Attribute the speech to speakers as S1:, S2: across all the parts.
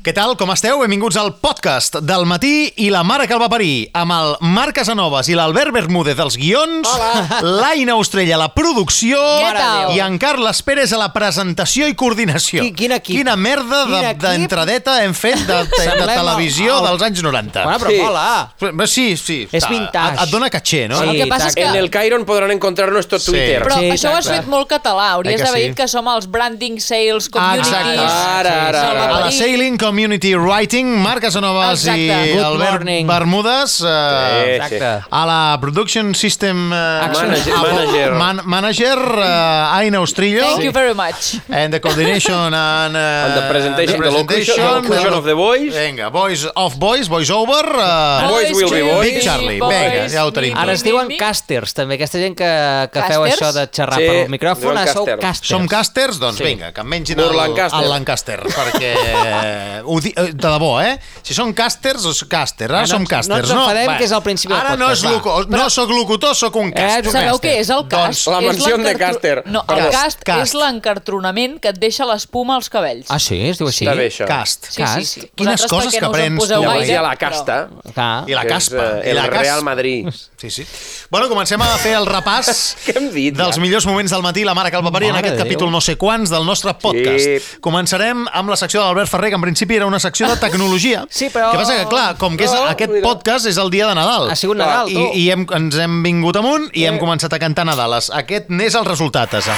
S1: Què tal, com esteu? Benvinguts al podcast del matí i la mare que el va parir, amb el Marc Casanovas i l'Albert Bermúdez dels guions, Hola. l'Aina Ostrella a la producció
S2: Què tal?
S1: i en Carles Pérez a la presentació i coordinació.
S3: Qui- quin equip?
S1: Quina merda
S3: Quin
S1: de-
S3: equip?
S1: d'entradeta hem fet de, de, de
S3: Semblem
S1: televisió
S3: el- el-
S1: dels anys 90.
S3: Bueno, però
S4: Sí.
S3: mola.
S1: Però- Sí, sí.
S3: És
S1: està.
S3: vintage.
S1: Et, et dona caché, no?
S3: Sí,
S2: El que passa és que-
S4: En el Cairon podran encontrar nuestro
S1: Sí.
S4: Twitter.
S2: Però
S3: Sí,
S2: sí, això ho has
S3: exacte.
S2: fet molt català. Hauries
S1: Eh que
S2: d'haver
S1: sí?
S2: dit que som els branding sales
S1: Ah,
S2: communities.
S1: exacte.
S4: Ara, ara,
S2: Salva
S4: ara.
S1: A la
S2: Parí.
S1: Sailing Community Writing, Marc Casanovas i
S2: Exacte.
S3: Good
S1: Albert
S3: morning.
S1: Bermudes. Eh,
S4: Sí,
S3: Exacte.
S1: A la Production System eh,
S4: Manager-
S1: Apple-
S4: manager.
S1: Man manager eh, Aina Ostrillo.
S2: Thank you very much.
S1: And the coordination and, eh,
S4: And the presentation, the locution- the locution of the voice.
S1: Vinga, voice of voice, voice over. eh,
S4: Boys will be boys.
S1: Big Charlie, vinga, ja ho tenim.
S3: Ara es diuen casters, també, aquesta gent que, que feu
S2: Casters?
S3: això de xerrar
S4: Sí,
S3: sí, pel micròfon,
S4: diuen
S3: ara sou
S4: casters.
S3: casters.
S1: Som casters? Doncs
S3: Sí.
S1: sí. vinga, que em mengin
S4: Lord
S1: el,
S4: Lancaster.
S1: el Lancaster, perquè... eh, ho di... eh, De debò, eh? Si són casters, o càster,
S3: Ah,
S1: ara
S3: no
S1: som
S3: ens- no
S1: càsters,
S3: ens
S1: no?
S3: enfadem,
S1: Va.
S3: que és el principi del
S1: Ara no,
S3: podcast,
S1: és
S3: va. Eh,
S1: loco... no soc locutor, sóc un càster.
S2: Eh, Sabeu
S3: Càster.
S2: què és el cast?
S1: Doncs
S4: la
S2: És
S4: mansió de
S2: l'encartro-
S4: càster.
S2: No, el
S1: Cast,
S2: cast,
S1: cast.
S2: és l'encartronament que et deixa l'espuma als cabells.
S3: Ah, sí? Es diu així?
S4: Està bé, això.
S1: Cast.
S2: sí, sí, sí.
S3: cast.
S1: Quines
S2: Vosaltres perquè
S1: coses que
S2: no us en
S1: aprens,
S2: poseu
S1: tu,
S4: Llavors
S2: gaire,
S4: hi ha la
S2: però-
S4: casta,
S3: Clar.
S1: I la
S4: que és,
S1: caspa.
S4: eh,
S1: I la
S4: el
S1: cas-
S4: Real Madrid.
S1: Sí, sí. Bueno, comencem a fer el repàs
S4: Què hem dit,
S1: dels
S4: ja?
S1: millors moments del matí, la mare que el va parir en
S3: Mare
S1: aquest
S3: de
S1: capítol
S3: Déu.
S1: no sé quants del nostre podcast.
S4: Sí.
S1: Començarem amb la secció de l'Albert Ferrer, que en principi era una secció de tecnologia.
S3: Sí, però-
S1: Que passa que, clar, com que és,
S4: No,
S1: aquest
S4: mira.
S1: podcast és el dia de Nadal.
S3: Ha sigut Nadal,
S1: I,
S3: tu.
S1: i hem, ens hem vingut amunt i hem començat a cantar Nadales. Aquest n'és el resultat, Asa.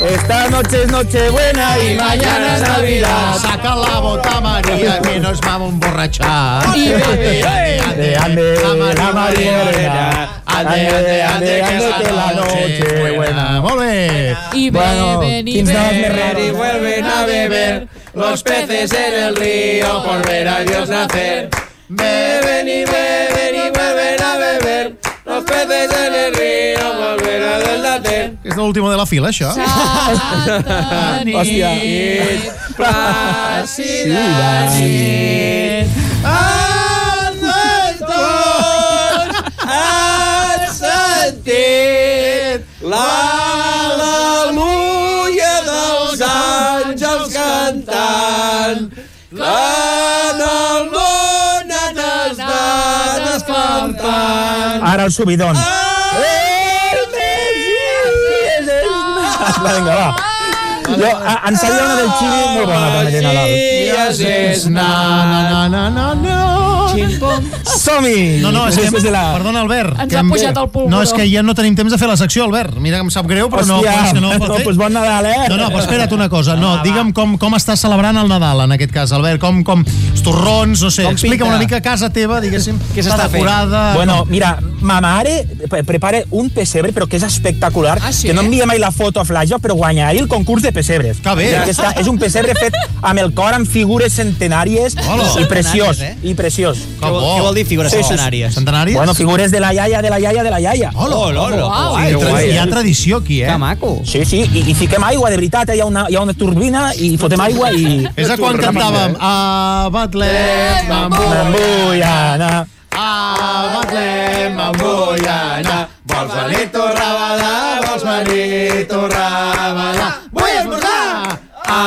S5: Esta noche es Nochebuena y mañana es Navidad.
S1: Saca la bota, María, que nos vamos a emborrachar.
S5: Ande, ande, la María Elena. Ande, ande, ande, ande, que la noche es buena.
S1: Molt bé.
S2: I
S5: Bueno,
S2: beben, i
S5: fins demà,
S2: beben,
S5: Ferrer,
S2: i
S5: y vuelven a beber. Los peces en el río por ver a Dios nacer. Beben y beben y vuelven a beber. Los peces en el río por ver a Dios nacer.
S1: És l'última de la fila, això.
S2: Santa nit.
S5: Hòstia.
S2: Plàcida nit.
S5: L'al·leluia dels àngels cantant en el món et estan espantant Ara el subidon Vinga, va. Jo, a- em sabia una del Xili molt bona també de Nadal.
S1: na, na, na, na.
S5: Som-hi!
S1: No, no, és que...
S5: Després de la...
S1: Perdona, Albert.
S2: Ens
S1: que
S2: ha
S1: em-
S2: pujat el pulmó.
S1: No, és que ja no tenim temps de fer la secció, Albert. Mira que em sap greu, però no,
S5: Hòstia,
S1: però és que no ho pot
S5: no,
S1: fer.
S5: doncs bon Nadal, eh?
S1: No, no, però espera't una cosa. No, digue'm com, com estàs celebrant el Nadal, en aquest cas, Albert. Com, com, els torrons, no sé.
S3: Com
S1: Explica'm
S3: pinta?
S1: una mica casa teva, diguéssim.
S3: Què s'està fent?
S1: decorada...
S5: Bueno, mira, ma mare pre- prepara un pessebre, però que és espectacular,
S2: Ah, sí?
S5: que no
S3: eh?
S5: envia mai la foto a Flaja, però guanyaré el concurs de pessebres.
S1: Que bé. eh?
S5: Perquè està, és un pessebre fet amb el cor, amb figures centenàries
S1: Hola. eh?
S5: i preciós.
S3: Centenàries,
S5: I preciós.
S1: Que bo.
S3: Què vol dir figures
S5: Sí, sí, sí.
S3: centenàries?
S1: Centenàries?
S5: Bueno, figures de la iaia, de la iaia, de la iaia.
S1: Hola, hola, hola.
S2: Uau.
S1: Hi, ha tra-
S4: guai, eh?
S1: hi ha tradició aquí, eh?
S3: Que maco.
S5: Sí, sí, i, i fiquem aigua, de veritat, eh? hi ha una, hi ha una turbina i fotem aigua i...
S1: És de quan cantàvem a Betlem, a
S5: Me'n vull anar.
S1: Eh, A Betlem, em vull anar. Vols venir tu rabadà, vols venir tu rabadà. Vull esmorzar! A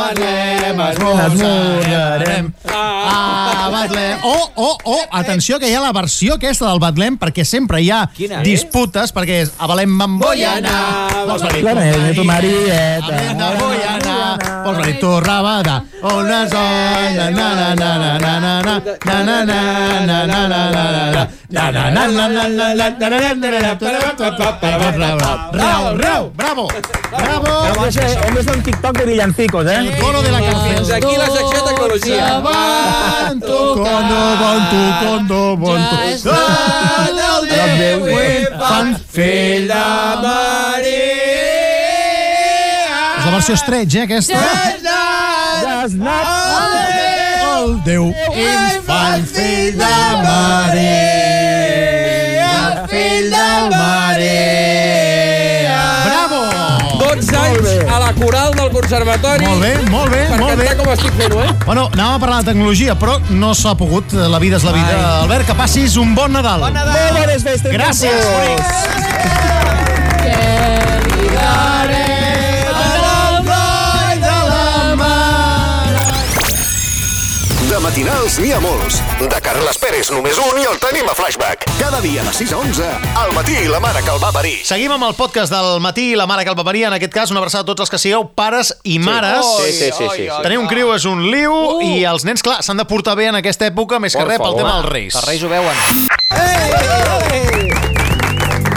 S1: Betlem esmorzarem. A Betlem... Oh, oh, oh, atenció, que hi ha la versió aquesta del Betlem, perquè sempre hi ha
S3: Quina és?
S1: disputes, perquè és a Betlem me'n vull anar. Vols venir eh,
S5: La meva, tu,
S1: a
S5: Marieta.
S1: Betlem me'n vull anar. Vols venir tu rabadà. On es na na na na na na na na na na na na na na na na na na na na na Bravo, bravo, bravo, bravo.
S5: Home, això, hem vist un TikTok de villancicos, eh?
S1: El coro de la canción.
S4: Fins aquí la secció de tecnologia.
S1: Condo, bon tu, condo, bon tu.
S2: Ja és Nadal,
S1: Nadal de
S5: Déu
S1: Déu, fan fer la És la versió estretx, eh, aquesta?
S5: Has anat
S1: El Déu infant, fill de Maria, fill de Maria. Bravo!
S4: 12 anys a la coral del conservatori
S1: Molt bé, molt bé,
S4: per
S1: molt bé.
S4: cantar com estic fent-ho, eh?
S1: Bueno, anàvem a parlar de tecnologia, però no s'ha pogut. La vida és la vida. Albert, que passis un bon Nadal. Bon Nadal.
S5: bé, bones festes.
S1: Gràcies, bonic.
S6: De matinals n'hi ha molts. De Carles Pérez només un i el tenim a Flashback. Cada dia de 6 a 11, al matí i la mare que el va parir.
S1: Seguim amb el podcast del matí i la mare que el va parir. En aquest cas, una abraçada a tots els que sigueu pares i mares.
S5: Sí, sí, sí, sí.
S1: Tenir un criu és un liu uh. i els nens, clar, s'han de portar bé en aquesta època, més que
S5: Por
S1: res pel
S5: favor.
S1: tema dels reis.
S7: Els reis ho veuen.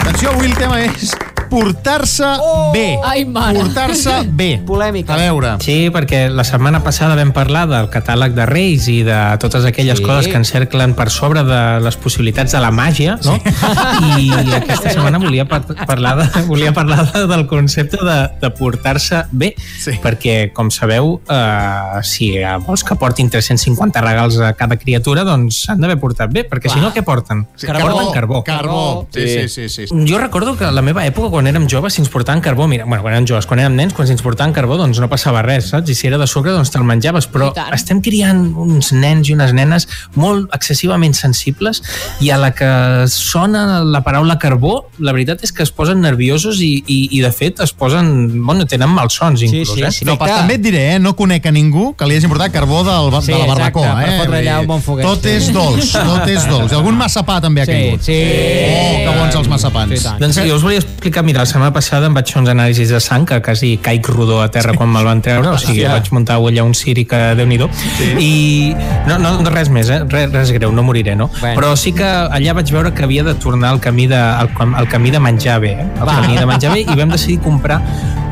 S1: Atenció, avui el tema és portar-se oh. bé.
S8: Ai, mare.
S1: Portar-se bé.
S3: Polèmica.
S1: A veure.
S9: Sí, perquè la setmana passada vam parlar del catàleg de Reis i de totes aquelles
S7: Sí.
S9: sí. coses que encerclen per sobre de les possibilitats de la màgia, no? Sí. I aquesta setmana volia par parlar, de, volia parlar de, del concepte de, de portar-se bé,
S1: Sí.
S9: sí. perquè, com sabeu, eh, si vols que portin 350 regals a cada criatura, doncs s'han d'haver portat bé, perquè si no, què porten?
S1: Sí,
S9: Porten carbó.
S1: Carbó. Sí, sí, sí. sí, sí.
S9: Jo recordo que a la meva època, quan érem joves, si ens portaven carbó, mira, bueno, quan érem joves, quan érem nens, quan ens portaven carbó, doncs no passava res, saps? I si era de sucre, doncs te'l menjaves. Però
S8: I tant.
S9: estem criant uns nens i unes nenes molt excessivament sensibles i a la que sona la paraula carbó, la veritat és que es posen nerviosos i, i, i de fet, es posen... Bueno, tenen malsons, inclús,
S3: sí,
S9: eh?
S3: sí.
S1: No, però també et diré, eh? no conec a ningú que li hagi portat carbó del, ba-
S3: Sí,
S1: de la
S3: exacte,
S1: barbacoa.
S3: per
S1: eh?
S3: fotre
S1: Vull
S3: allà
S1: dir,
S3: un bon foguet,
S1: Tot
S3: sí.
S1: és dolç, tot és dolç. I Algun massapà també ha
S3: Sí,
S1: caigut.
S3: sí.
S1: Oh, que bons els massapans.
S3: Sí, tant.
S9: Doncs jo us volia explicar, mira, la setmana passada em vaig fer uns anàlisis de sang, que quasi caic rodó a terra quan me'l van treure, o sigui, vaig muntar allà un ciri que déu nhi sí. i no, no, res més, eh? res, res greu, no moriré, no?
S3: Bueno.
S9: Bueno. Però sí que allà vaig veure que havia de tornar al camí de, al, cam- al camí de menjar bé, eh? al camí de menjar bé, i vam decidir comprar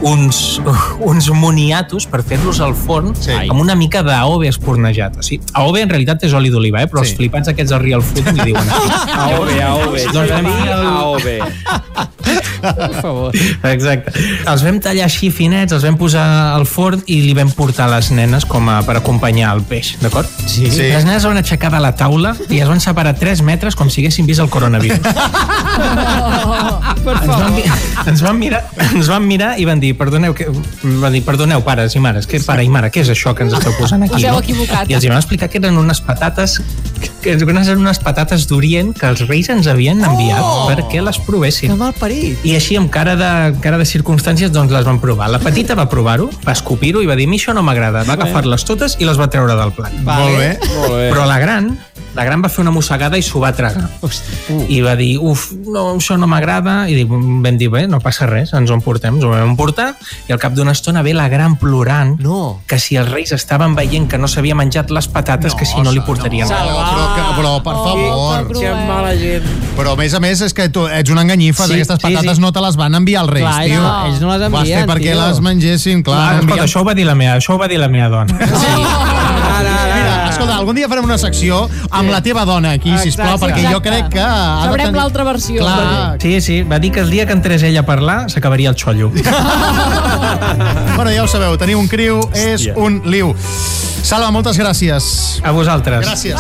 S9: uns, uns moniatos per fer-los al forn
S1: Sí.
S9: sí. amb una mica d'AOVE espornejat. O sigui, AOVE en realitat és oli d'oliva, eh? però sí. els flipats aquests del Real Food li diuen aquí.
S5: AOB, AOB.
S9: Doncs vam dir el-
S5: AOB.
S3: Per favor.
S9: Exacte. Els vam tallar així finets, els vam posar al forn i li vam portar a les nenes com a, per acompanyar el peix, d'acord? Sí.
S1: Sí.
S9: Les nenes es van aixecar de la taula i es van separar 3 metres com si haguessin vist el coronavirus.
S3: Per
S9: Ens van, mi- ens, van mirar, ens van mirar i van dir, perdoneu, que, van dir, perdoneu pares i mares, que, pare i mare, què és això que ens esteu posant aquí?
S8: Us heu equivocat.
S9: I els hi van explicar que eren unes patates que eren unes patates d'Orient que els reis ens havien enviat oh! perquè les provessin.
S3: Que mal parit.
S9: I així, amb cara de, amb cara de circumstàncies, doncs les van provar. La petita va provar-ho, va escopir-ho i va dir, "A mi això no m'agrada. Va agafar-les totes i les va treure del plat.
S1: Molt bé.
S4: Molt bé.
S9: Però la gran, la gran va fer una mossegada i s'ho va tragar. I va dir, uf, no, això no m'agrada. I dic, vam dir, bé, no passa res, ens ho emportem, ens ho vam emportar. I al cap d'una estona ve la gran plorant
S3: No.
S9: que si els reis estaven veient que no s'havia menjat les patates, que si no li portarien res.
S1: No, però, que, però per
S3: Oh,
S1: favor.
S4: Que mala gent.
S1: Però a més a més és que tu ets una enganyifa, sí,
S3: Sí,
S1: aquestes
S3: sí,
S1: patates
S3: sí.
S1: no te les van enviar al Reis,
S3: Clar,
S1: tio.
S3: no, ells no les
S1: Ho Vas fer
S3: envien,
S1: perquè
S3: tio.
S1: les mengessin, clar.
S9: Ah,
S1: envien-
S9: escolta, això ho va dir la meva, això ho va dir la meva dona.
S4: Ara, ara,
S1: Mira,
S3: Ah.
S4: ara.
S1: escolta, algun dia farem una secció amb la teva dona aquí, Exacte. sisplau, perquè jo
S8: Exacte.
S1: crec que... ha de
S8: Sabrem l'altra versió.
S1: Clar.
S9: Sí, sí, va dir que el dia que entrés ella a parlar s'acabaria el xollo.
S1: Bueno, ja ho sabeu, tenir un criu és
S9: Hòstia.
S1: un liu. Salva, moltes gràcies.
S9: A vosaltres.
S1: Gràcies.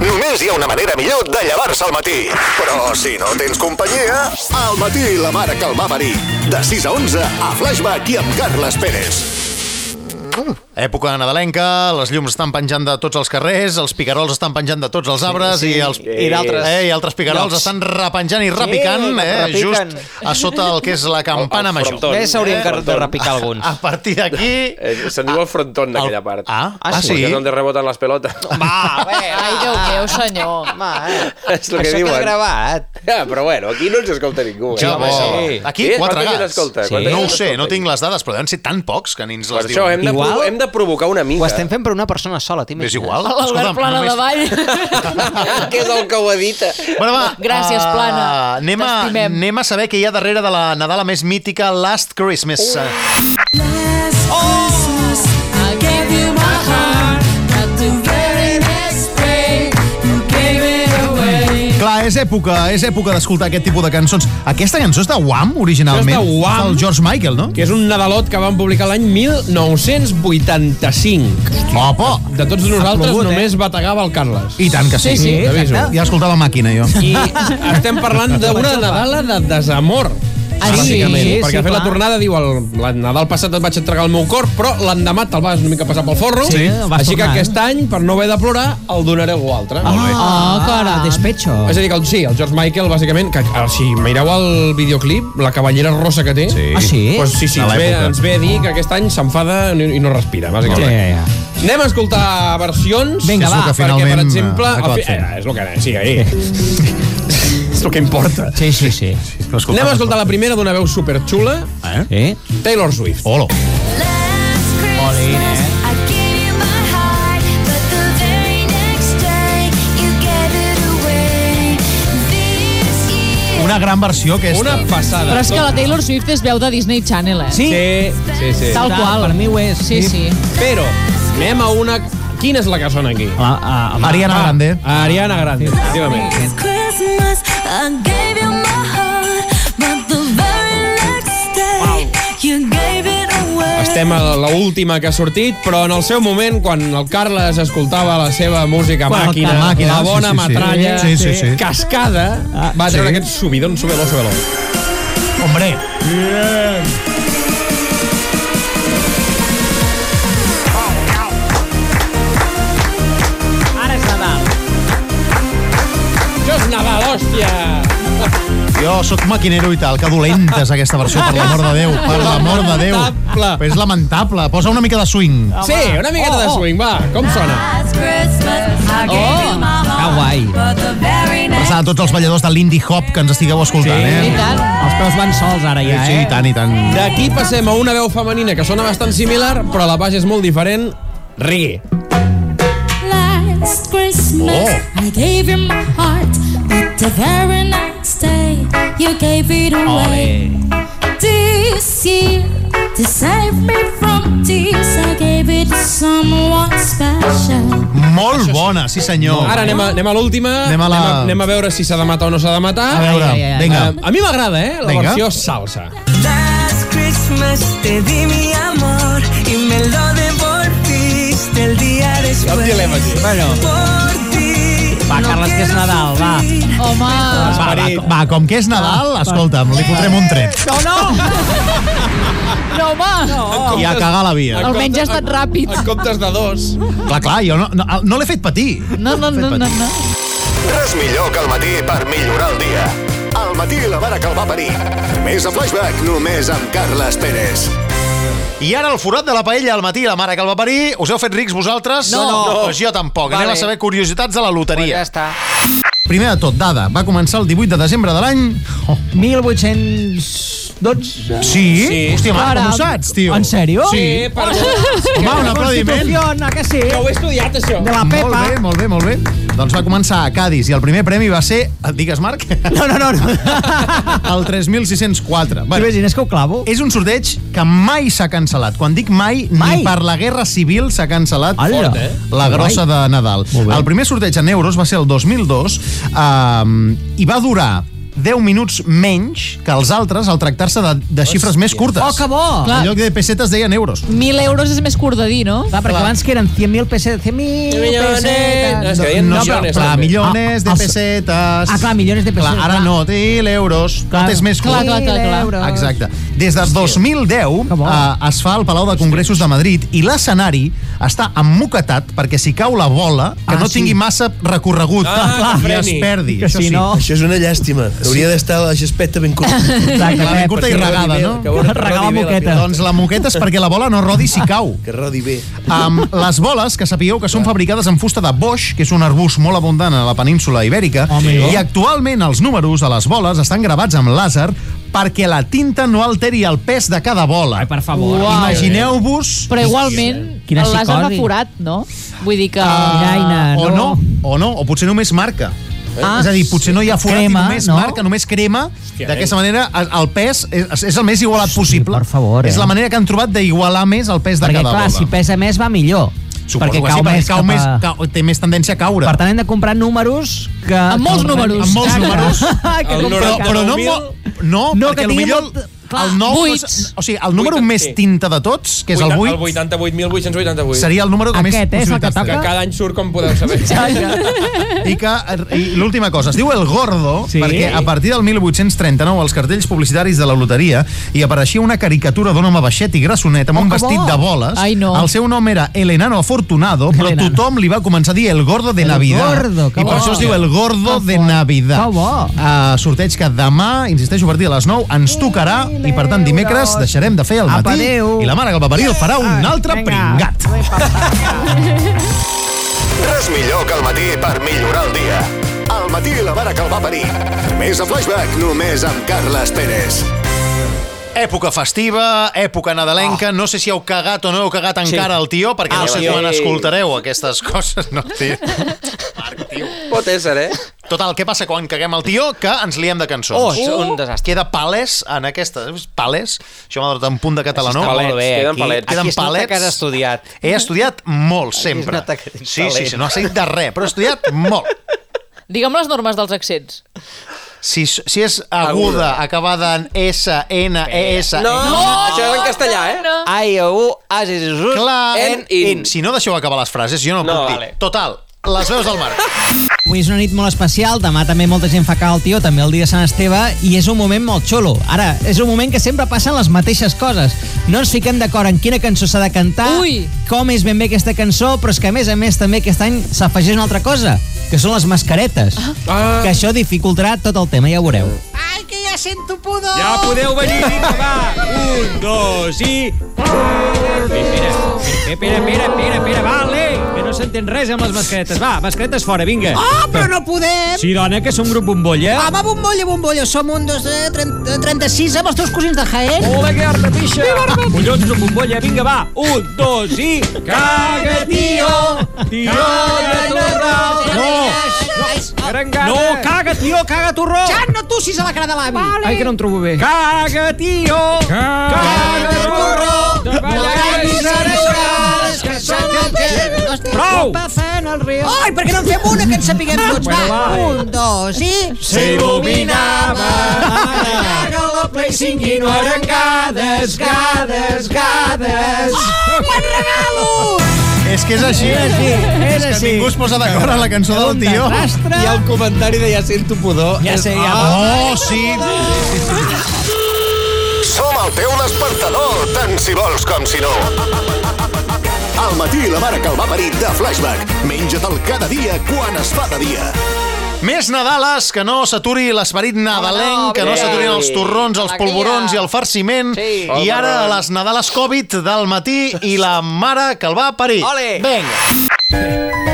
S6: Només hi ha una manera millor de llevar-se al matí. Però si no tens companyia, al matí i la mare que el va parir. De 6 a 11, a Flashback i amb Carles Pérez.
S1: Època nadalenca, les llums estan penjant de tots els carrers, els picarols estan penjant de tots els arbres sí, sí. i els
S7: I d'altres.
S1: eh, i altres picarols
S7: Llocs.
S1: estan repenjant i repicant
S7: que
S1: eh,
S7: repiquen.
S1: just a sota el que és la campana
S5: El- el
S1: major. Eh,
S5: frontó.
S7: Bé, s'haurien que de repicar alguns.
S1: A partir d'aquí...
S5: Eh, Se'n diu el frontón d'aquella part.
S1: Ah, ah,
S7: Ah, sí?
S1: sí?
S5: Perquè és on reboten les pelotes.
S7: Va,
S3: Eh.
S7: bé,
S8: Ai, Déu meu, senyor.
S7: Home, eh?
S5: És el que
S7: Això
S5: diuen.
S7: queda gravat.
S5: Ja, però bueno, aquí no ens escolta ningú. eh?
S1: Que bo.
S7: sí.
S1: Aquí,
S5: Sí,
S1: quatre
S5: quanta gent
S1: gats.
S5: escolta?
S1: Sí.
S5: Quanta gent
S1: No ho
S5: escolta
S1: sé, no
S5: aquí?
S1: tinc les dades, però deuen ser tan pocs que ni ens
S5: Per
S1: les
S5: això hem de,
S1: diuen.
S7: Igual-
S5: provo- hem de provocar una
S7: Ho
S5: mica.
S7: estem fent per una persona sola, t'imagines?
S1: És igual.
S8: L'Albert
S1: Escolta'm,
S8: Plana de Vall.
S5: que és el que ho edita.
S1: Bueno, va.
S8: Gràcies,
S1: ah,
S8: Plana.
S1: anem, a,
S8: T'estimem.
S1: anem a saber què hi ha darrere de la Nadala més mítica, Last Christmas. Uh.
S8: I gave you my heart at the very next day. You gave it away.
S1: Clar, és època, és època d'escoltar aquest tipus de cançons. Aquesta cançó és de Wham, originalment.
S4: És de Wham.
S1: Del George Michael, no?
S4: Que és un Nadalot que van publicar l'any 1985.
S1: Opa!
S4: De tots nosaltres només bategava el Carles.
S1: I tant que sí.
S4: Sí, sí,
S1: T'aviso.
S4: exacte.
S1: Ja escoltava màquina, jo.
S4: I estem parlant d'una Nadala de desamor. Ah, bàsicament,
S3: sí,
S4: perquè
S3: sí,
S4: ha fet la
S3: clar.
S4: tornada, diu, el, el Nadal passat et vaig entregar el meu cor, però l'endemà te'l vas una mica passar pel forro,
S3: Sí, el vas
S4: així que
S3: tornar,
S4: aquest any, per no haver de plorar, el donaré a algú altre.
S1: Ah,
S5: Ah,
S3: Oh, cara, despecho.
S4: És a dir, que el, sí, el George Michael, bàsicament, que ah, si mireu el videoclip, la cavallera rossa que té,
S1: Sí.
S3: Ah, sí?
S4: Pues sí, sí,
S1: De
S4: ens ve,
S1: l'època.
S4: ens ve a dir que aquest any s'enfada i i no respira,
S3: Ja,
S4: bàsicament.
S3: ja, ja.
S4: Anem a escoltar versions.
S3: Vinga,
S1: És el
S3: va,
S1: que
S4: perquè, per
S1: finalment
S4: exemple...
S1: ha
S4: El
S1: acabat
S4: fi...
S1: fent.
S4: eh, és el que... Sí, ahir. és el que importa.
S3: Sí, sí, sí.
S4: Anem a escoltar la primera d'una veu superxula,
S3: Eh?
S4: Taylor Swift.
S1: Olo.
S5: eh.
S1: Una gran versió aquesta.
S4: Una passada. Doncs-
S5: Però és que la Taylor Swift és veu de Disney Channel, eh?
S3: Sí?
S4: Sí, sí, sí.
S5: Tal qual.
S3: Per mi ho és.
S5: Sí, sí.
S4: Però anem a una... Quina és la que sona aquí? Ah,
S3: La, a, a,
S1: Ariana Grande.
S4: Ariana Grande, efectivament. Estem a l'última que ha sortit, però en el seu moment, quan el Carles escoltava la seva música
S3: Quan el
S4: màquina,
S3: Carles-
S4: màquina, la
S1: sí,
S4: bona
S1: sí, sí.
S4: metralla,
S1: Sí, sí, sí.
S4: cascada,
S3: Ah,
S4: va treure
S3: sí.
S4: aquest subidon, subidon, subidon.
S1: Hombre.
S3: Ara és Nadal.
S4: Això és Nadal, hòstia!
S1: Jo sóc maquinero i tal, que dolenta és aquesta versió, per l'amor de Déu, per l'amor de Déu.
S4: Lamentable.
S1: És lamentable, posa una mica de swing.
S4: Sí, una miqueta
S1: Oh,
S8: Oh,
S4: de swing, va, Oh, com sona?
S3: Que
S4: ah,
S3: guai.
S1: Passar a tots els balladors de l'Indie Hop que ens estigueu escoltant,
S5: I
S1: eh?
S5: tant.
S3: Els peus van sols ara ja,
S1: Sí,
S3: eh?
S1: i tant, i tant.
S4: D'aquí passem a una veu femenina que sona bastant similar, però la base és molt diferent. Reggae.
S8: Last Christmas,
S4: Oh.
S8: I gave you my heart, but the very next day, you gave it away. This year, to save me from tears, I gave it to someone special.
S1: Molt bona, sí senyor.
S4: Ara anem a, anem a l'última,
S1: Anem a la-
S4: anem, a, anem a veure si s'ha de matar o no s'ha de matar.
S1: A veure,
S3: Ai, ai, ai.
S1: vinga.
S4: Eh, a mi m'agrada, eh, la
S1: Vinga.
S4: versió salsa.
S8: Last Christmas, te di mi amor y me lo devolviste el día
S4: Hi ha un dilema aquí.
S3: Bueno,
S8: Por ti.
S3: va, Carles, que és Nadal, va.
S5: Home,
S1: Va, va, va, com que és Nadal, escolta'm, li fotrem un tret.
S3: No, no!
S5: no, home.
S1: I a cagar la via.
S5: Almenys ha estat ràpid.
S4: En comptes de dos.
S1: Clar, clar, jo no, no, no l'he fet patir.
S5: No, no, no, no, no.
S6: Res millor que el matí per millorar el dia. Al matí la mare que el va parir. Més a Flashback, només amb Carles Pérez.
S1: I ara el forat de la paella al matí, la mare que el va parir. Us heu fet rics vosaltres?
S7: No. No.
S1: Doncs jo tampoc. Vale. Anem
S7: Vale.
S1: a saber curiositats de la
S7: Pues
S1: loteria.
S7: ja està.
S1: Primer de tot, dada. Va començar el 18 de desembre de l'any... Oh.
S3: 1812.
S1: Sí? sí? Hòstia, mare, com ho saps, tio?
S3: En sèrio?
S4: Sí, per...
S1: Home, un aplaudiment.
S3: Constitución, a que sí?
S4: Que ho he estudiat, això.
S3: De la
S1: Molt
S3: Pepa.
S1: bé, molt bé, molt bé. Doncs va començar a Cádiz i el primer premi va ser... Digues, Marc?
S3: No, no, no. no.
S1: El 3.604. Bueno,
S3: T'imagines que ho clavo?
S1: és un sorteig que mai s'ha cancel·lat. Quan dic mai,
S3: Mai?
S1: ni per la Guerra Civil s'ha cancel·lat
S3: Ala.
S1: fort, eh? la grossa de Nadal.
S3: Molt bé.
S1: El primer sorteig en euros va ser el 2002 eh, i va durar 10 minuts menys que els altres al tractar-se de, de xifres més curtes.
S3: Oh, que bo!
S5: Clar.
S1: En lloc de pessetes deien euros.
S5: 1.000 euros és més curt de dir, no?
S3: Clar, perquè abans que eren 100.000 pesetes, 100.000
S4: Millones.
S3: pesetes...
S4: eh? És que deien
S1: no,
S4: millones,
S1: clar,
S4: també.
S1: millones de
S3: Ah, els-
S1: pessetes.
S3: Ah, clar, millones de
S1: Clar,
S3: pesetes.
S1: ara no, té l'euros. Tot és més curt.
S5: Clar, clar, clar, clar.
S1: Exacte. Des de 2010
S3: Que bo.
S1: eh, es fa al Palau de Congressos de Madrid i l'escenari està emmoquetat perquè si cau la bola, que
S3: Ah,
S1: no
S3: sí.
S1: tingui massa recorregut
S4: Ah,
S1: i
S4: que
S1: es
S4: freni.
S1: perdi.
S3: Que
S1: Això
S3: si
S1: sí.
S3: no...
S10: Això és una llàstima. Hauria d'estar la gespeta ben curta.
S3: Exacte,
S1: La ben
S3: Pep,
S1: curta
S3: sí.
S1: i regada, no?
S3: Regala moqueta.
S1: Doncs la moqueta és perquè la bola no rodi si cau.
S10: Que rodi bé.
S1: Amb les boles, que sapigueu que són fabricades en fusta de boix, que és un arbust molt abundant a la península ibèrica,
S3: Home, jo.
S1: i actualment els números de les boles estan gravats amb làser perquè la tinta no alteri el pes de cada bola.
S3: Ai, per favor. Doncs
S1: Imagineu-vos...
S5: Però igualment,
S3: Quina
S5: el làser va
S3: psicòloga.
S5: forat, no? Vull dir que...
S3: Miraina,
S1: Ah, o
S3: no.
S1: no, o no, o potser només marca.
S5: Ah,
S1: és a dir, potser no hi ha forat
S3: crema,
S1: i només
S3: no?
S1: marca, només crema. D'aquesta manera, el el pes és, és el més igualat possible.
S3: per favor,
S1: És
S3: eh?
S1: la manera que han trobat d'igualar més el pes de
S3: Perquè,
S1: cada
S3: clar,
S1: bola.
S3: si pesa més va millor.
S1: Suposo
S3: perquè
S1: que
S3: cau
S1: sí,
S3: més,
S1: cau
S3: cap
S1: més
S3: a...
S1: cau, Oh, té més tendència a caure.
S3: Per tant, hem de comprar números que...
S5: Amb molts números.
S1: Amb molts números.
S3: que
S4: El
S1: però,
S3: complicat.
S1: però no, mo- no,
S3: No,
S1: perquè
S3: que
S1: potser
S3: tingui
S1: millor
S3: molt-
S8: Clar,
S1: el nou,
S8: vuit.
S1: fos- o sigui, el número més tinta de tots, que és el 8,
S4: 88.888.
S1: seria el número que més
S4: Aquest, eh, és el que
S1: possibilitats té.
S4: toca. Que cada any surt, com podeu saber.
S1: Ja, ja. I que i l'última cosa, es diu El Gordo, sí. perquè a partir del 1839 els cartells publicitaris de la loteria hi apareixia una caricatura d'un home baixet i grassonet amb
S11: Oh,
S1: un
S11: que
S1: vestit
S11: bo.
S1: de boles.
S11: Ai, no.
S1: El seu nom era El Enano Afortunado, però
S11: Enano.
S1: tothom li va començar a dir El Gordo de
S11: El
S1: Navidad.
S11: Gordo, que
S1: I per
S11: bo.
S1: això es diu El Gordo de Navidad. Que bo. Uh, sorteig que demà, insisteixo, a partir de les 9 ens tocarà i per tant dimecres deixarem de fer el
S3: Apa,
S1: matí
S3: adéu.
S1: i la mare que el va parir el farà un
S3: Ai,
S1: altre
S3: vinga.
S1: pringat.
S6: Res millor que el matí per millorar el dia. Al matí la mare que el va parir. Més a Flashback, només amb Carles Pérez.
S1: Època festiva, època nadalenca, oh. no sé si heu cagat o no heu cagat
S12: Ah. Sí.
S1: encara el tió, perquè
S12: Ah,
S1: no sé
S12: sí.
S1: quan escoltareu aquestes coses, no, tio?
S12: Pot ésser, eh?
S1: Total, què passa quan caguem el tió? Que ens liem de cançons.
S12: Oh, és un
S1: desastre. Queda palès en aquesta... Palès? Això m'ha donat un punt de català, no?
S7: Està molt bé.
S1: Queden
S7: aquí,
S1: palets.
S7: Aquí
S1: Queden
S7: es nota que has
S1: palets.
S7: estudiat.
S1: He estudiat molt, sempre. Sí, sí, sí, no ha seguit de res, però he estudiat molt.
S2: Digue'm les normes dels accents.
S1: Si, si és aguda, acabada en S, N, E, S...
S2: No,
S1: N,
S2: això és en castellà, eh? No.
S1: Ai, u, as, is, us,
S3: Clar.
S1: en, in. Si no deixeu acabar les frases, jo no, no puc dir. Total, les veus del mar.
S3: Avui és una nit molt especial, demà també molta gent fa cagar el tio, també el dia de Sant Esteve, i és un moment molt xulo. Ara, és un moment que sempre passen les mateixes coses. No ens fiquem d'acord en quina cançó s'ha de cantar, Ui. com és ben bé aquesta cançó, però és que a més a més també aquest any s'afegeix una altra cosa, que són les mascaretes, ah. que això dificultarà tot el tema, ja ho veureu.
S11: Ai, que ja sento pudor!
S4: Ja podeu venir, vinga, va! Un, dos i... Eh, Espera, espera, espera, espera, espera, vale! Que no s'entén res amb les mascaretes. Va, mascaretes fora, vinga.
S5: Oh,
S11: Ah, però no podem!
S4: Sí, dona, que som grup eh? bombolla.
S5: Ah,
S11: Home, bombolla, bombolla, som un, dos, eh, 30, 36 amb els teus cosins de Jaén.
S4: Hola, que arna pixa!
S11: Viva Arbeca!
S4: Collons, no bombolla, eh? vinga, va! Un, dos i... Caga, tio! Tio de torró! No! No, caga, tio, caga, torró!
S11: Ja no tossis a la cara de l'avi. Vale.
S4: Ai, que no em trobo bé. Caga, tio! Caga, torró!
S11: No caguis a les hores, que són el que... No estic
S4: Prou!
S11: bufant el riu. Ai, per què no en fem una que ens sapiguem tots? Va, un, dos i...
S5: S'il·luminava
S11: Ara la Play 5 i
S5: no eren gades, gades, gades.
S11: Oh, me'n regalo!
S1: És que és així.
S5: És així, és
S1: que
S5: així.
S1: ningú es posa d'acord en la cançó del tio.
S5: I el comentari de ja sento pudor.
S1: Ja
S5: és-
S1: sé, ja.
S5: Ah,
S1: Oh, sí.
S5: Oh,
S6: Som el teu despertador, tant si vols com si no. Al matí la mare que el va parir de Flashback. Menja-te'l cada dia quan es fa de dia.
S1: Més Nadales, que no s'aturi l'esperit nadalenc, que no
S6: bé.
S1: s'aturin els torrons, els
S6: Alegria.
S1: polvorons i el farciment.
S6: Sí.
S1: I ara les Nadales Covid del matí i la mare que el va parir. Ole! Vinga.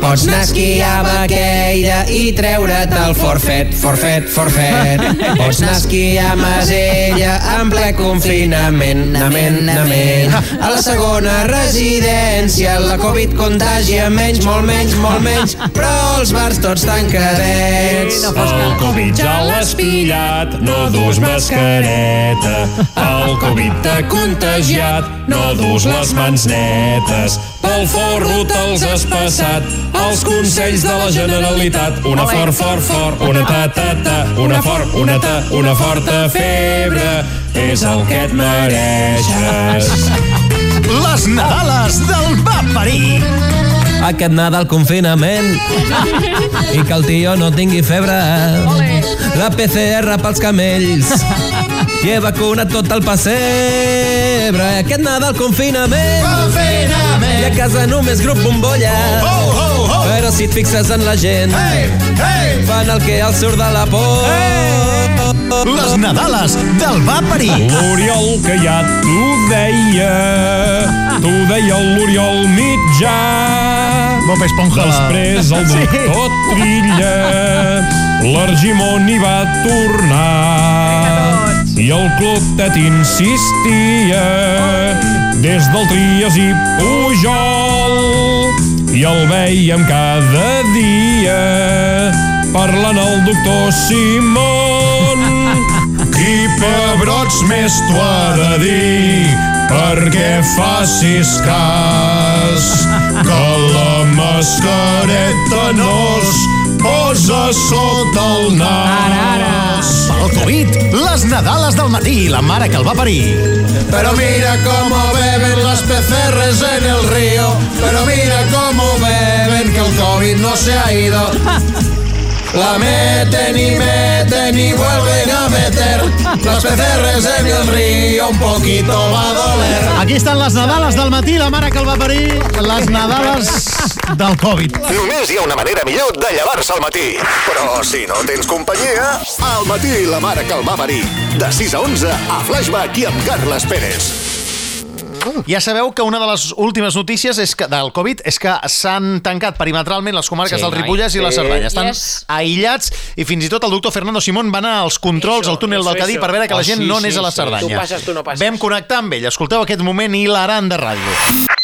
S5: Pots anar a esquiar a Baqueira i treure't el forfet, forfet, forfet. Pots anar a esquiar a Masella en ple confinament, namen, namen. A la segona residència la Covid contagia menys, molt menys, molt menys, però els bars tots tancadets.
S13: El Covid ja l'has pillat, no dus mascareta. El Covid t'ha contagiat, no dus les mans netes. Pel forro te'ls has passat, els consells de la Generalitat. Una fort, fort, fort, una ta, ta, ta, una fort, una ta, una forta febre. És el que et mereixes.
S6: Les Nadales del va parir.
S5: Aquest Nadal confinament i que el tio no tingui febre. La PCR pels camells i he vacunat tot el pessebre. Aquest Nadal confinament, confinament. i a casa només grup bombolla. Oh, oh, oh. Però si et fixes en la gent, hey, hey. fan el que els surt de la por. Hey.
S6: Les Nadales del va parir.
S13: L'Oriol que ja t'ho deia, t'ho deia l'Oriol mitjà.
S1: Bob Esponja.
S13: Després el
S1: Sí.
S13: doctor sí. Trilla, l'Argimon hi va tornar. I el clotet insistia, des del Trias i Pujol. I el veiem cada dia, parlant el doctor Simón. I pebrots més t'ho ha de dir perquè facis cas que la mascareta no es pot Flors a sota el nas. Ara, ara.
S6: Pel Covid, les Nadales del matí i la mare que el va parir.
S5: Pero mira cómo beben las pecerres en el río. Pero mira cómo beben que el COVID no se ha ido. La meten y meten y vuelven a meter. Las pecerres en el río un poquito va a doler.
S1: Aquí estan les Nadales del matí, la mare que el va parir, les Nadales del Covid.
S6: Només hi ha una manera millor de llevar-se al matí. Però si no tens companyia, al matí la mare que el va parir. De 6 a 11 a Flashback i amb Carles Pérez.
S1: Ja sabeu que una de les últimes notícies és que del Covid és que s'han tancat perimetralment les comarques
S12: Sí,
S1: sí, del
S12: noi.
S1: Ripollès i la
S12: Sí.
S1: Cerdanya. Estan yes.
S12: Yes.
S1: aïllats i fins i tot el doctor Fernando Simón va anar als controls al túnel
S12: eso,
S1: del Cadí
S12: eso.
S1: per veure que
S12: Oh,
S1: la gent
S12: sí,
S1: no
S12: sí,
S1: anés a la
S12: sí.
S1: Cerdanya.
S12: Tu passes, tu no passes.
S1: Vam connectar amb ell. Escolteu aquest moment hilarant de ràdio.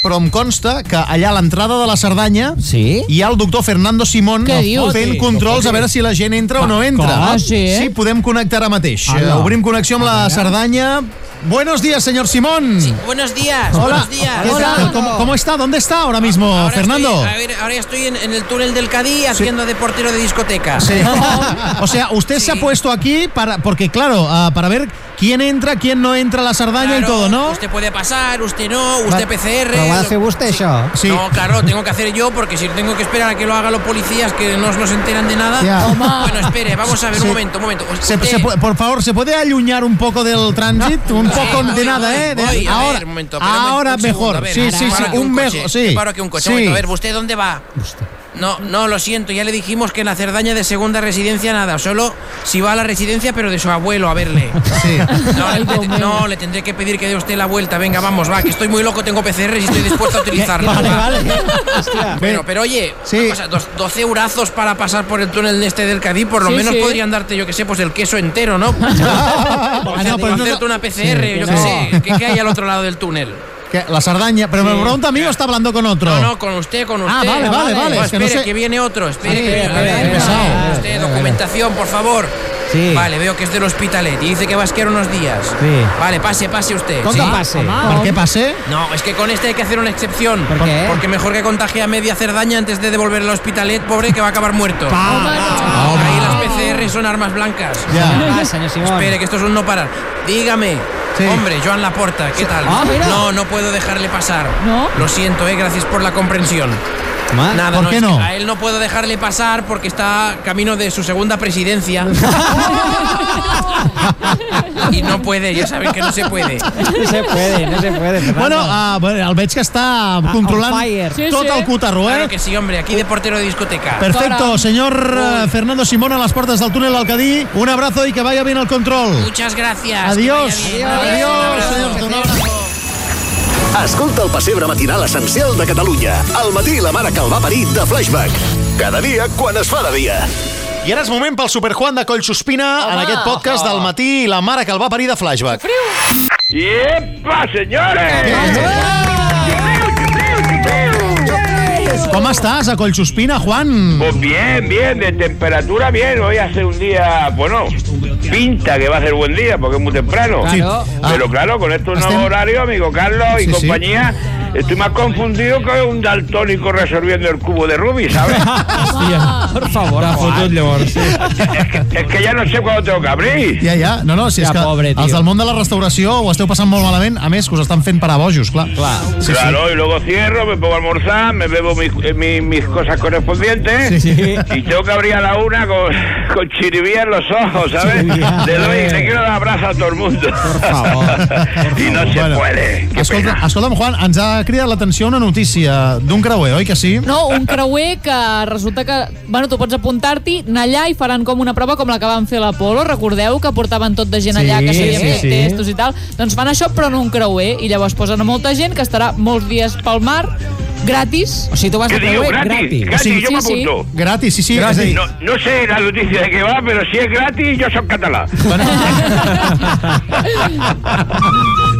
S1: Però em consta que allà a l'entrada de la Cerdanya sí? hi ha el doctor Fernando Simón
S12: Què dius?
S1: fent
S12: Sí,
S1: controls
S12: sí.
S1: a veure si la gent entra
S12: Ah,
S1: o no entra.
S12: clar, sí, eh?
S1: sí, podem connectar ara mateix.
S12: Hola.
S1: Obrim connexió amb la Cerdanya. Buenos días, señor Simón.
S14: Buenos días,
S1: Hola,
S14: buenos días.
S1: ¿qué tal? ¿Cómo, cómo está? ¿Dónde está ahora mismo, Fernando?
S14: Estoy- a ver, ahora estoy en, en el túnel del Cadí haciendo de portero de discoteca.
S1: Sí. o sea, usted se ha puesto aquí para, porque claro, ah, para ver quién entra, quién no entra a la Sardaña y todo, ¿no?
S14: Usted puede pasar, usted no, usted
S3: Va-
S14: PCR.
S3: Però ho ha
S14: lo-
S3: de fer vostè, això.
S1: Sí.
S14: No, claro, tengo que hacer yo porque si tengo que esperar a que lo hagan los policías que no nos enteran de nada.
S1: Ya.
S14: Bueno, espere, vamos a ver,
S1: Sí.
S14: un momento, un momento.
S1: Se-
S14: Usted-
S1: se pu- por favor, ¿se puede aluñar un poco del tránsito? Un
S14: Sí,
S1: poco de
S14: voy,
S1: nada,
S14: voy,
S1: ¿eh? De-
S14: voy. A
S1: ahora
S14: ver, un momento, espera un momento,
S1: ahora
S14: un segundo,
S1: mejor.
S14: a ver,
S1: sí,
S14: para,
S1: sí, sí,
S14: para, que
S1: un
S14: coche,
S1: mejor. Sí.
S14: que Paro que un coche.
S1: Sí.
S14: Un momento, a ver, ¿usted dónde va? No, no, lo siento, ya le dijimos que en la Cerdaña de segunda residencia nada, solo si va a la residencia pero de su abuelo a verle. No, le, te- no, le tendré que pedir que dé usted la vuelta, venga, vamos, va, que estoy muy loco, tengo PCR y estoy dispuesto a utilizarlo.
S12: Vale,
S14: va.
S12: vale.
S14: Bueno, pero oye, una cosa, dos- 12 eurazos para pasar por el túnel este del Cadí, por lo
S12: Sí,
S14: menos
S12: sí.
S14: podrían darte, yo que sé, pues el queso entero, ¿no?
S1: Ah, no,
S14: O
S1: pero no-
S14: hacerte una PCR,
S1: Sí,
S14: yo
S1: no.
S14: qué sé. ¿Qué, qué hay al otro lado del túnel?
S1: ¿Qué? La Sardaña. Pero
S14: Sí.
S1: me pregunta a mí o está hablando con otro.
S14: No, no, con usted, con usted.
S1: Ah, vale, vale, vale,
S14: No,
S1: es que no
S14: espere, que,
S1: sé-
S14: viene otro. Espere,
S1: Ah,
S14: que viene
S1: espera, espera,
S14: Vale,
S1: pesado.
S14: vale, Usted, documentación, por favor.
S3: Sí.
S14: Vale, veo que es del hospitalet y dice que va a esquiar unos días.
S3: Sí.
S14: Vale, pase, pase usted.
S3: Com
S14: sí.
S3: que passe?
S1: ¿Por qué pasé?
S14: No, es que con este hay que hacer una excepción. Porque mejor que contagie a media Cerdaña antes de devolver al hospitalet, pobre, que va a acabar muerto. Ahí las PCR son armas blancas.
S3: Ya. Ah, senyor Simón.
S14: Espere, que esto es un no parar. Dígame. Hombre, Joan Laporta, ¿qué tal?
S3: Ah, mira.
S14: No, no puedo dejarle pasar. Lo siento, eh, gracias por la comprensión.
S3: Home,
S14: Nada,
S3: ¿por
S14: no,
S3: qué
S14: es que
S3: no?
S14: A él no puedo dejarle pasar porque está camino de su segunda presidencia. y no puede, ya saben que no se puede.
S3: No se puede, no se puede. Fernando. Ah,
S1: Bueno, ah, bueno, el veig que està controlant tot el cotarro, eh?
S14: Claro que sí, hombre, aquí de portero de discoteca.
S1: Perfecto, señor eh, Fernando Simón a las puertas del túnel Alcadí. Un abrazo y que vaya bien el control.
S14: Muchas gracias.
S1: Adiós.
S14: que vaya bien.
S1: Adiós,
S14: Un abrazo.
S6: Escolta el pessebre matinal essencial de Catalunya. Al matí la mare que el va parir de Flashback. Cada dia quan es fa de dia.
S1: I ara és moment pel Super Juan de Collsuspina en aquest podcast del matí i la mare que el va parir de flashback.
S12: ¡Yepa, señores!
S1: Com estàs a Collsuspina, Juan?
S15: Pues bien, bien, de temperatura bien. Hoy hace un día, bueno, pinta que va a ser buen día porque es muy temprano.
S1: Claro.
S15: Pero claro, con estos nuevos horarios, amigo Carlos y compañía, estoy más confundido que un daltónico resolviendo el cubo de Rubik, ¿sabes?
S4: Per favor, T'ha fotut llavors.
S15: es que ya no sé cuándo tengo que abrir.
S1: Ja, ja. No, no, si és
S15: Ja,
S1: que
S15: pobre, tio.
S1: els del món de la restauració ho esteu passant molt malament. A més, que us estan fent parar bojos, clar. clar. Sí, sí.
S15: claro, y luego cierro, me pongo a almorzar, me bebo mis, eh, mi- mis cosas correspondientes y tengo que abrir a la una con, con chiribía en los ojos, ¿sabes? Le doy, le quiero dar abrazo a todo el mundo. y no se puede. Qué
S1: Escolta,
S15: pena.
S1: escolta'm, Juan, ens ha cridat l'atenció una notícia d'un creuer, oi que sí?
S2: No, un creuer que resulta que... Bueno, tu pots apuntar-t'hi, anar allà i faran com una prova com la que van fer a l'Apolo. Recordeu que portaven tot de gent
S16: Sí,
S2: allà que s'havien
S16: sí,
S2: fet
S16: sí.
S2: testos i tal. Doncs fan això però en un creuer i llavors posen a molta gent que estarà molts dies pel mar gratis. O sigui, tu
S15: vas Què de diu? creuer Gratis? gratis. Gratis, jo m'apunto.
S1: Gratis, sí, sí. És a dir,
S15: No, no sé la noticia de qué va, pero si es gratis, yo soy catalán.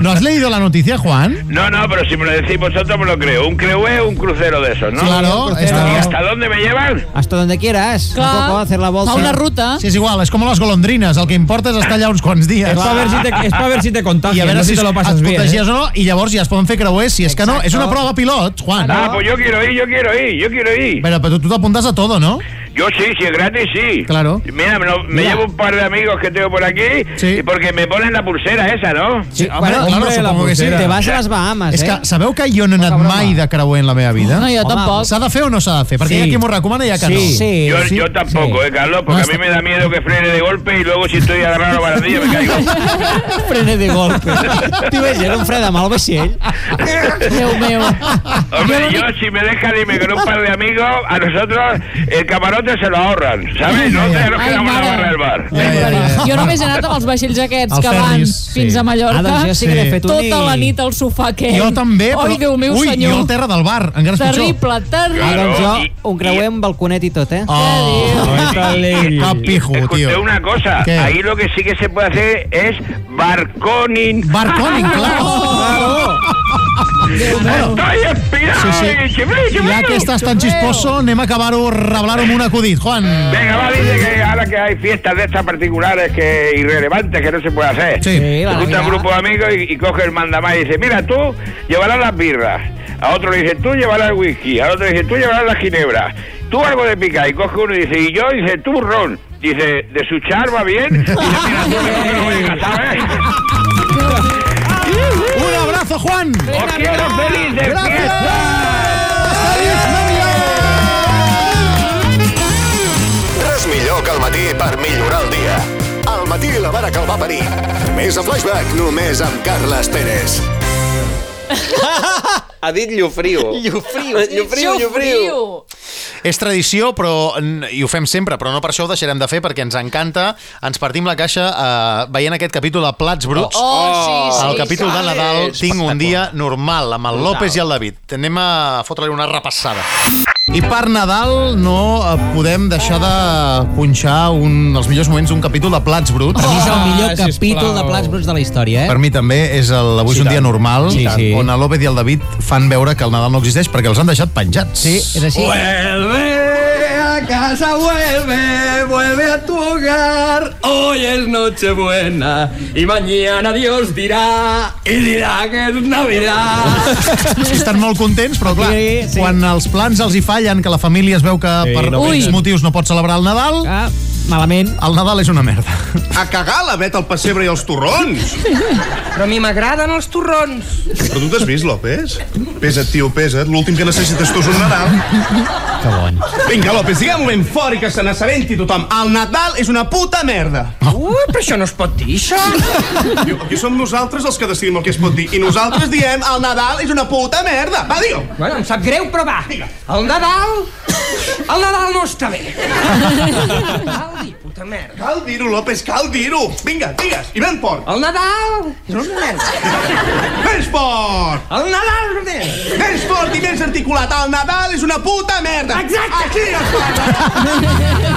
S1: ¿No has leído la noticia, Juan?
S15: No, no, pero si me lo decís vosotros, me lo creo. Un creué, un crucero de esos, ¿no?
S1: Claro,
S15: ¿Y
S1: está-
S15: hasta dónde me llevan?
S3: Hasta donde quieras.
S2: Clar.
S3: Un poco hacer la
S2: Fa
S3: bolsa.
S2: una ruta.
S1: Sí, és igual, és com les golondrines, el que importa és estar allà uns quants dies.
S4: És per veure si te- és per veure si te contagien,
S1: I a veure
S4: no si
S1: si
S4: te lo passes
S1: et
S4: bé,
S1: protegies
S4: eh?
S1: o no, i llavors ja es poden fer creuers, si és que no. És una prova pilot, Juan.
S15: Ah, pues yo quiero ir, yo quiero ir, yo quiero ir.
S1: Però, però tu t'apuntes a todo, no?
S15: Yo sí, si es gratis, sí.
S1: Claro.
S15: Mira, me, lo- me
S1: Mira.
S15: llevo un par de amigos que tengo por aquí y porque me ponen la pulsera esa, ¿no?
S1: Sí, Ah, bueno, claro, supongo que sí. És que sabeu que jo no he anat mai de creuer en la meva vida?
S2: eh? No, jo tampoc.
S1: S'ha de fer o no s'ha de fer? Perquè
S2: Sí.
S1: hi ha qui m'ho recomana i hi ha que no.
S15: yo, yo tampoco, ¿eh, Carlos? Porque a mí me da miedo que frene de golpe y luego si estoy agarrado a la barandilla me caigo.
S3: Frené de golpe. T'imagina un fre de mal vaixell.
S2: Déu meu.
S15: Hombre, yo si me deja dime con un par de amigos, a nosotros el camarote se lo ahorran, ¿sabes? Nosotros nos quedamos en la barra del bar.
S2: Jo només he anat amb els vaixells aquests
S15: El
S2: que van
S15: ferris,
S2: fins
S15: sí.
S2: a Mallorca.
S1: Ah, doncs jo sí que n'he fet un
S2: Tota
S1: i-
S2: la nit al sofà aquest.
S1: Jo també, però...
S2: Ai, Déu meu,
S1: Ui,
S2: senyor.
S1: jo al terra del bar, encara és pitjor.
S2: Terrible, terrible.
S3: Ah, doncs jo, un creuer amb balconet i tot, eh?
S1: Oh. Capijo,
S15: Escuché una cosa,
S3: ¿Qué?
S15: ahí lo que sí que se puede hacer es barconing.
S1: Barconing, claro.
S15: Estoy inspirado.
S1: Sí, sí. Ja que estàs tan xisposo, anem a acabar-ho, reblar-ho amb un acudit, Juan.
S15: Venga, va, dice que ahora que hay fiestas de estas particulares que irrelevantes que no se puede hacer.
S1: Sí. Sí,
S15: Se
S1: la
S15: junta un grupo de amigos y, y coge el mandamás y dice, mira, tú llevarás las birras. A otro le dice, tú llevarás el whisky. Al otro le dice, tú llevarás las ginebras. Tú algo de pica. Y coge uno y dice, y yo, dice, tú ron. Dice, de su char va bien. Y dice, mira, tú mejor que no vengas, ¿sabes?
S1: Un abrazo, Juan.
S15: Os quiero feliz de
S6: Res millor que el matí per millorar el dia. El matí la mare que el va parir. Més a Flashback, només amb Carles Pérez.
S5: Ha dit Llofriu.
S7: Llofriu.
S5: Llofriu, Llofriu.
S1: És tradició, però n- i ho fem sempre, però no per això ho deixarem de fer perquè ens encanta. Ens partim la caixa eh, veient aquest capítol de Plats Bruts.
S5: Oh, oh, sí, sí,
S1: el capítol de
S5: Carles.
S1: Nadal tinc un dia normal amb el
S5: Brutal.
S1: López i el David. Anem a fotre-li una repassada. I per Nadal no eh, podem deixar de punxar un dels millors moments d'un capítol de Plats
S5: Oh,
S1: Bruts.
S3: Per mi és el millor capítol de Plats Bruts de la història, eh?
S1: Per mi també és el Avui és
S3: Sí,
S1: un dia
S3: tant.
S1: normal,
S3: Sí, sí.
S1: on el López i el David fan veure que el Nadal no existeix perquè els han deixat penjats. Sí,
S3: és així.
S5: Vuelve a casa, vuelve, vuelve a tu hogar. Hoy es Nochebuena y mañana Dios dirá y dirá que es Navidad.
S1: Ah. Estan molt contents, però clar, sí, sí. quan els plans els hi fallen, que la família es veu que sí, per
S3: no
S1: no
S3: venen.
S1: motius no pot celebrar el Nadal...
S3: Ah, malament.
S1: El Nadal és una merda.
S16: A cagar la vet al pessebre i els torrons!
S17: Però a mi m'agraden els torrons.
S16: Però tu t'has vist, López? Pesa't, tio, pesa't. L'últim que necessites tu és un Nadal.
S1: Que bon.
S16: Vinga, López, diguem-ho ben fort i que se n'assabenti tothom. El Nadal és una puta merda.
S17: Ah. Ui, però això no es pot dir, això.
S16: Diu, aquí som nosaltres els que decidim el que es pot dir. I nosaltres diem el Nadal és una puta merda. Va, digue-ho.
S17: Bueno, em sap greu, però va. El Nadal... El Nadal no està bé. Cal dir, puta merda.
S16: Cal dir-ho, López, cal dir-ho. Vinga, digues, i ben fort.
S17: El Nadal és una merda.
S16: Més fort!
S17: El Nadal no té.
S16: Més fort i més articulat. El Nadal és una puta merda.
S17: Exacte.
S16: Aquí es parla.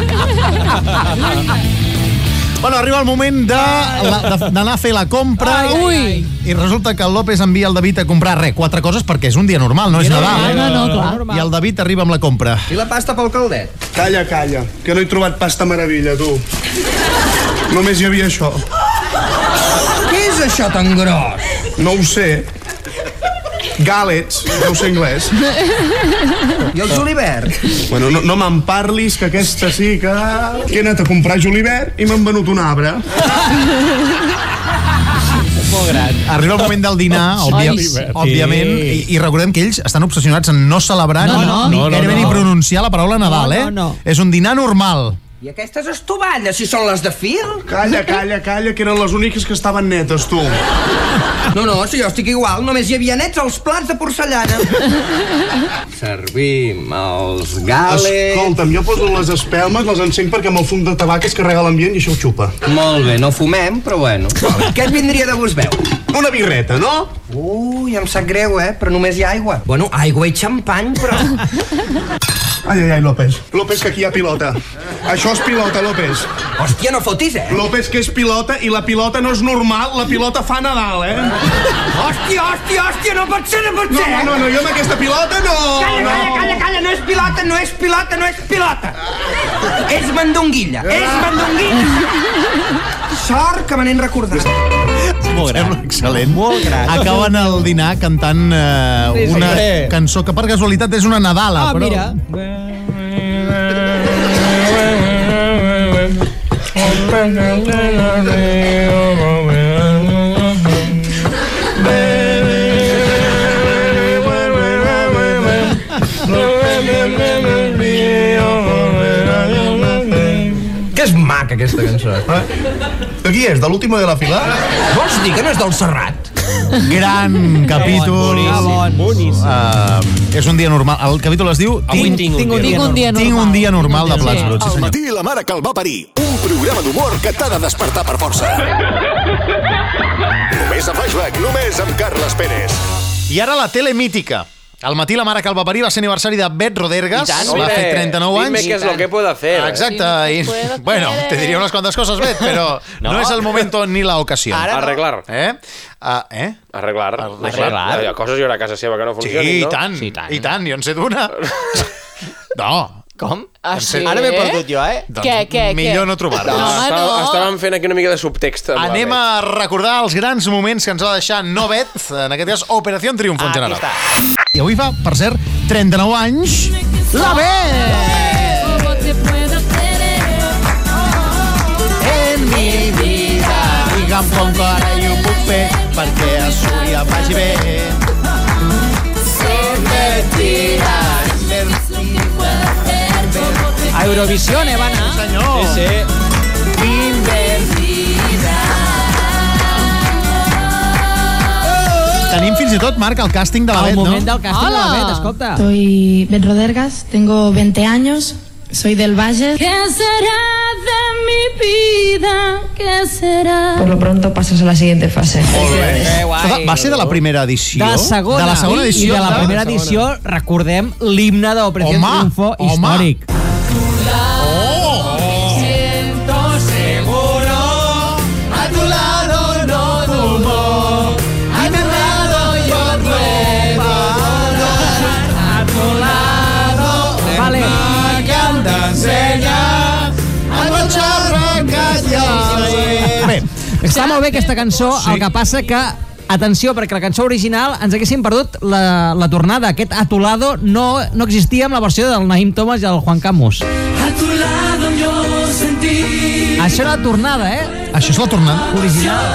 S1: Bueno, arriba el moment de la- de- d'anar a fer la compra
S2: Ai, ai, ai.
S1: i resulta que el López envia el David a comprar res, quatre coses perquè és un dia normal, no és Nadal.
S2: normal, no, no, clar.
S1: I el David arriba amb la compra.
S16: I la pasta pel caldet? Calla, calla, que no he trobat pasta meravella, tu. Només hi havia això. Què és això tan gros? No ho sé. Gàlets, deu ser anglès.
S17: I el julivert?
S16: Bueno, no, no me'n parlis, que aquesta sí que... He anat a comprar julivert i m'han venut un arbre.
S1: Molt gran. Arriba el moment del dinar, òbvia,
S5: Ai,
S1: òbviament, i, i recordem que ells estan obsessionats en no celebrar
S17: No,
S1: ni-
S17: no.
S1: ni,
S17: No, no,
S1: gairebé
S17: no.
S1: ni pronunciar la paraula Nadal,
S17: No, no,
S1: eh?
S17: no.
S1: És un dinar normal.
S17: I aquestes estovalles, si són les de fil?
S16: Calla, calla, calla, que eren les úniques que estaven netes, tu.
S17: No, no, si jo estic igual, només hi havia nets als plats de porcellana.
S16: Servim els
S17: gàlets.
S16: Escolta'm, jo poso les espelmes, les encenc perquè amb el fum de tabac es carrega l'ambient i això ho xupa. Molt bé, no fumem, però bueno.
S17: Què et vindria de gust veu?
S16: Una birreta, no?
S17: Ui, em sap greu, eh? Però només hi ha aigua. Bueno, aigua i xampany, però...
S16: Ai, ai, ai, López. López, que aquí hi ha pilota. Això és pilota, López.
S17: Hòstia, no fotis, eh?
S16: López, que és pilota, i la pilota no és normal, la pilota fa Nadal, eh?
S17: Hòstia, hòstia, hòstia, no pot ser, no pot
S16: No,
S17: ser! eh?
S16: no, no, no, jo amb aquesta pilota no,
S17: Calla,
S16: no.
S17: calla, calla, calla, no és pilota, no és pilota, no és pilota! És mandonguilla, és mandonguilla! Sort que me n'he recordat.
S1: Molt gran. Sembla excel·lent.
S17: Molt gran.
S1: Acaben el dinar cantant eh,
S17: Sí, sí.
S1: una
S17: Sí.
S1: cançó que per casualitat és una Nadala.
S17: Ah,
S1: però...
S17: mira.
S5: Que és maca, aquesta cançó.
S16: Ah.
S10: De qui és? De l'última de la fila?
S5: Vols dir que no és del Serrat?
S1: Gran capítol.
S5: boníssim,
S1: boníssim. Uh, és un dia normal. El capítol es diu...
S6: Avui tinc un dia normal.
S1: Tinc un dia normal de plats bruts. sí,
S6: Al
S1: senyor.
S6: matí i la mare que el va parir. Un programa d'humor que t'ha de despertar per força. només a Flashback, només amb Carles Pérez.
S1: I ara la tele mítica. Al matí la mare que el va parir va ser aniversari de Bet Rodergas,
S6: I tant.
S1: va
S6: Hombre,
S1: fer 39 anys.
S5: dime qué es lo que puedo hacer.
S1: Ah, Exacte,
S5: Sí,
S1: i,
S5: puedo
S1: bueno,
S5: hacer.
S1: te diria unes quantes coses, Bet, però no,
S5: No.
S1: no és el moment ni la ocasió.
S5: Ara no. Arreglar.
S1: Eh? Ah, eh?
S5: Arreglar.
S1: Arreglar.
S5: Hi ha coses hi haurà a casa seva que no
S1: Sí,
S5: funcionin,
S1: i
S5: no?
S1: tant, sí, tant, i tant, jo en sé d'una. No.
S7: Com?
S5: Ah,
S1: En sé-
S5: sí? Ara m'he perdut
S7: jo, eh?
S1: Doncs millor no trobar-la.
S5: estava, Estàvem fent aquí una mica de subtext. amb la
S1: Anem
S5: Bet.
S1: a recordar els grans moments que ens va deixar Novet, en aquest cas Operació Triunfo en general. I avui fa, per cert, 39 anys... La Bet!
S8: Como te puedo tener
S1: en mi vida. Digue'm com que ara jo puc fer perquè a Súria vagi bé.
S3: A Eurovisión, eh, van anar.
S1: Senyor.
S4: Sí, sí.
S1: Tenim fins i tot, Marc, el càsting de la
S3: El
S1: Bet, no?
S3: Ah, moment del càsting de la Bet, escolta.
S18: Soy Ben Rodergas, tengo 20 años, soy del Valle.
S8: ¿Qué será de mi vida? ¿Qué será?
S18: Por lo pronto pasas a la siguiente fase.
S1: Escolta, Va ser de la primera edició?
S3: De la segona.
S1: De la segona
S3: I-
S1: edició.
S3: I de la primera edició, recordem l'himne d'Operació
S1: Home,
S3: Triunfo
S1: home.
S3: històric. Oh.
S5: siento seguro, a tu lado no dudo, a tu lado yo puedo volar, a tu lado vale. que anda enseña, a tu
S3: Bé, està molt bé aquesta cançó, el que passa que Atenció, perquè la cançó original ens haguéssim perdut la, la tornada. Aquest atolado no, no existia amb la versió del Naim Thomas i el Juan Camus.
S5: A tu lado yo sentí.
S3: Això era la tornada, eh?
S1: Això és la tornada?
S3: Original.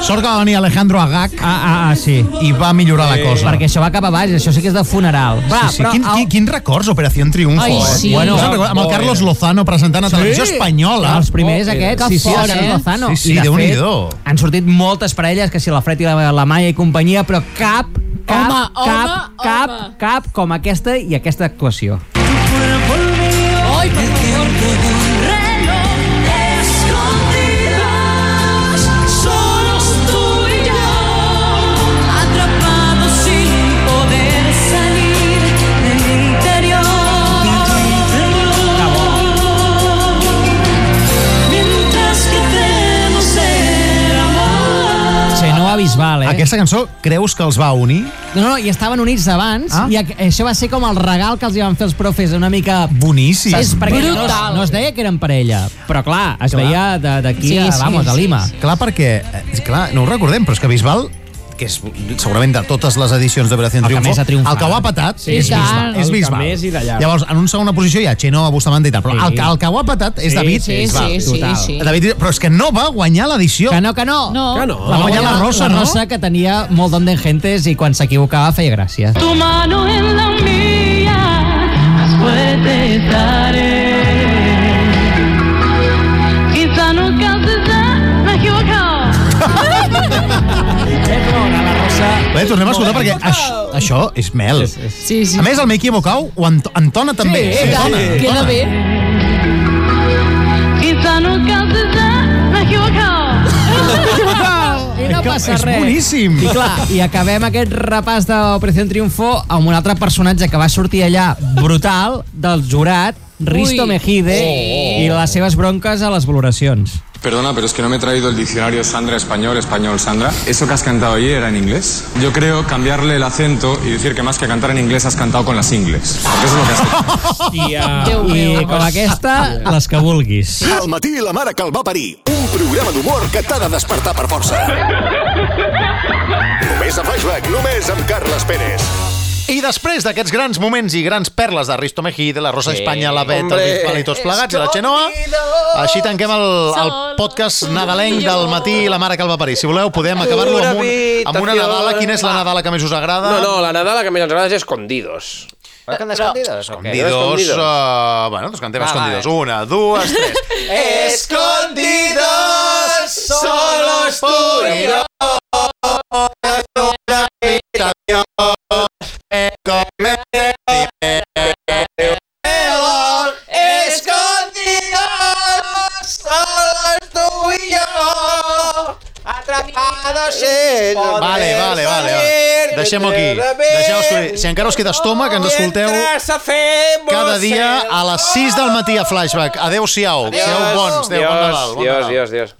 S1: Sort que va venir Alejandro Agag.
S3: Ah, ah, ah sí.
S1: I va millorar
S3: Sí.
S1: la cosa.
S3: Perquè això va cap a baix, això sí que és de funeral. Va,
S1: sí, sí.
S3: però
S1: Quin,
S3: el-
S1: quin, quin records, Operació Triunfo,
S3: Ai,
S1: eh?
S3: sí.
S1: Bueno,
S3: Bueno,
S1: amb el
S3: molt
S1: Carlos
S3: bé.
S1: Lozano presentant a Televisió Espanyola.
S3: Els primers
S5: Oh,
S3: aquests, sí, sí, el Carlos Lozano.
S1: Sí,
S3: I
S1: sí,
S3: de
S1: déu nhi
S3: fet, Han sortit moltes parelles, que si la Fred i la, la Maia i companyia, però cap, cap,
S5: Home,
S3: cap, cap, cap, cap com aquesta i aquesta actuació. Genoa Bisbal, eh?
S1: Aquesta cançó, creus que els va unir?
S3: No, no, i estaven units abans, ah? i a- això va ser com el regal que els hi van fer els profes, una mica...
S1: Boníssim.
S3: Saps? Perquè no, es,
S1: Brutal.
S3: no es deia que eren parella, però clar, es
S1: Clar.
S3: veia de- d'aquí a, vamos, a Lima.
S1: Clar, perquè, eh, clar, no ho recordem, però és que Bisbal que és segurament de totes les edicions d'Operació
S3: El que
S1: Triunfo,
S3: més ha triomfat.
S1: el que ho ha patat
S3: Sí,
S1: és
S3: i tant.
S1: Bisbal.
S3: El
S1: És
S3: que
S1: Bisbal.
S3: més i de llarg.
S1: Llavors, en una segona posició hi ha Chenoa, Bustamante i tal, però
S3: Sí.
S1: el, que, el que ho ha patat és
S3: Sí,
S1: David
S3: sí,
S1: Bisbal.
S3: sí, sí, Total. sí.
S1: David, però és que no va guanyar l'edició.
S3: Que no, que no. No.
S1: Que no. Va guanyar la Rosa,
S3: la
S1: no?
S3: Rosa, que tenia molt don de gentes i quan s'equivocava feia gràcia.
S8: Tu mano en la mía, después te estaré. Quizá nunca se me he equivocado.
S1: Bé, tornem a escoltar perquè això, això és mel.
S2: Sí, sí.
S1: A més, el Me Equivocau ho ent- entona també.
S8: eh,
S2: Sí, i tant,
S1: entona,
S2: queda
S1: entona.
S2: bé.
S8: Quizá nunca se me he equivocado.
S3: I no passa
S8: és
S3: res.
S8: boníssim.
S3: I clar, i acabem aquest repàs d'Operació Triunfo amb un altre personatge que va sortir allà brutal del jurat, Risto
S19: Ui.
S3: Mejide,
S19: Oh.
S3: i les seves bronques a les valoracions.
S19: Perdona, pero es que no me he traído el diccionario Sandra español, español Sandra. ¿Eso que has cantado ayer era en inglés? Yo creo cambiarle el acento y decir que más que cantar en inglés has cantado con las ingles. Porque eso es lo que has hecho.
S3: I com aquesta, les que vulguis.
S6: Al matí i la mare que el va parir. Un programa d'humor que t'ha de despertar per força. només a Flashback, només amb Carles Pérez.
S1: I després d'aquests grans moments i grans perles de Risto Mejide, la Rosa
S5: Sí.
S1: Espanya, la Beta,
S5: Hombre.
S1: el Bisbal i tots plegats, i la Xenoa, així tanquem el, el podcast nadalenc del matí i la mare que el va parir. Si voleu, podem acabar-lo amb, un, amb una Nadala. Quina és la Nadala que més us agrada?
S5: No, no, la Nadala que més ens agrada és Escondidos.
S7: Canten escondides? o què?
S1: Escondidos, uh, bueno, doncs cantem
S7: Va, va,
S1: escondidos. Una, dues, tres.
S5: Escondidos, solos tú y yo. En una habitación, me comeré peor. Escondidos, solos tú y yo. Atrapados en
S1: Vale, vale, vale. vale. Deixem-ho aquí. Deixem escollir. Si encara us queda estómac, ens escolteu cada dia a les 6 del matí a Flashback. Adéu-siau. Adéu. Seu bons. Adéu, bon Nadal. Bon
S5: Dios,
S1: Nadal.
S5: Dios, Dios.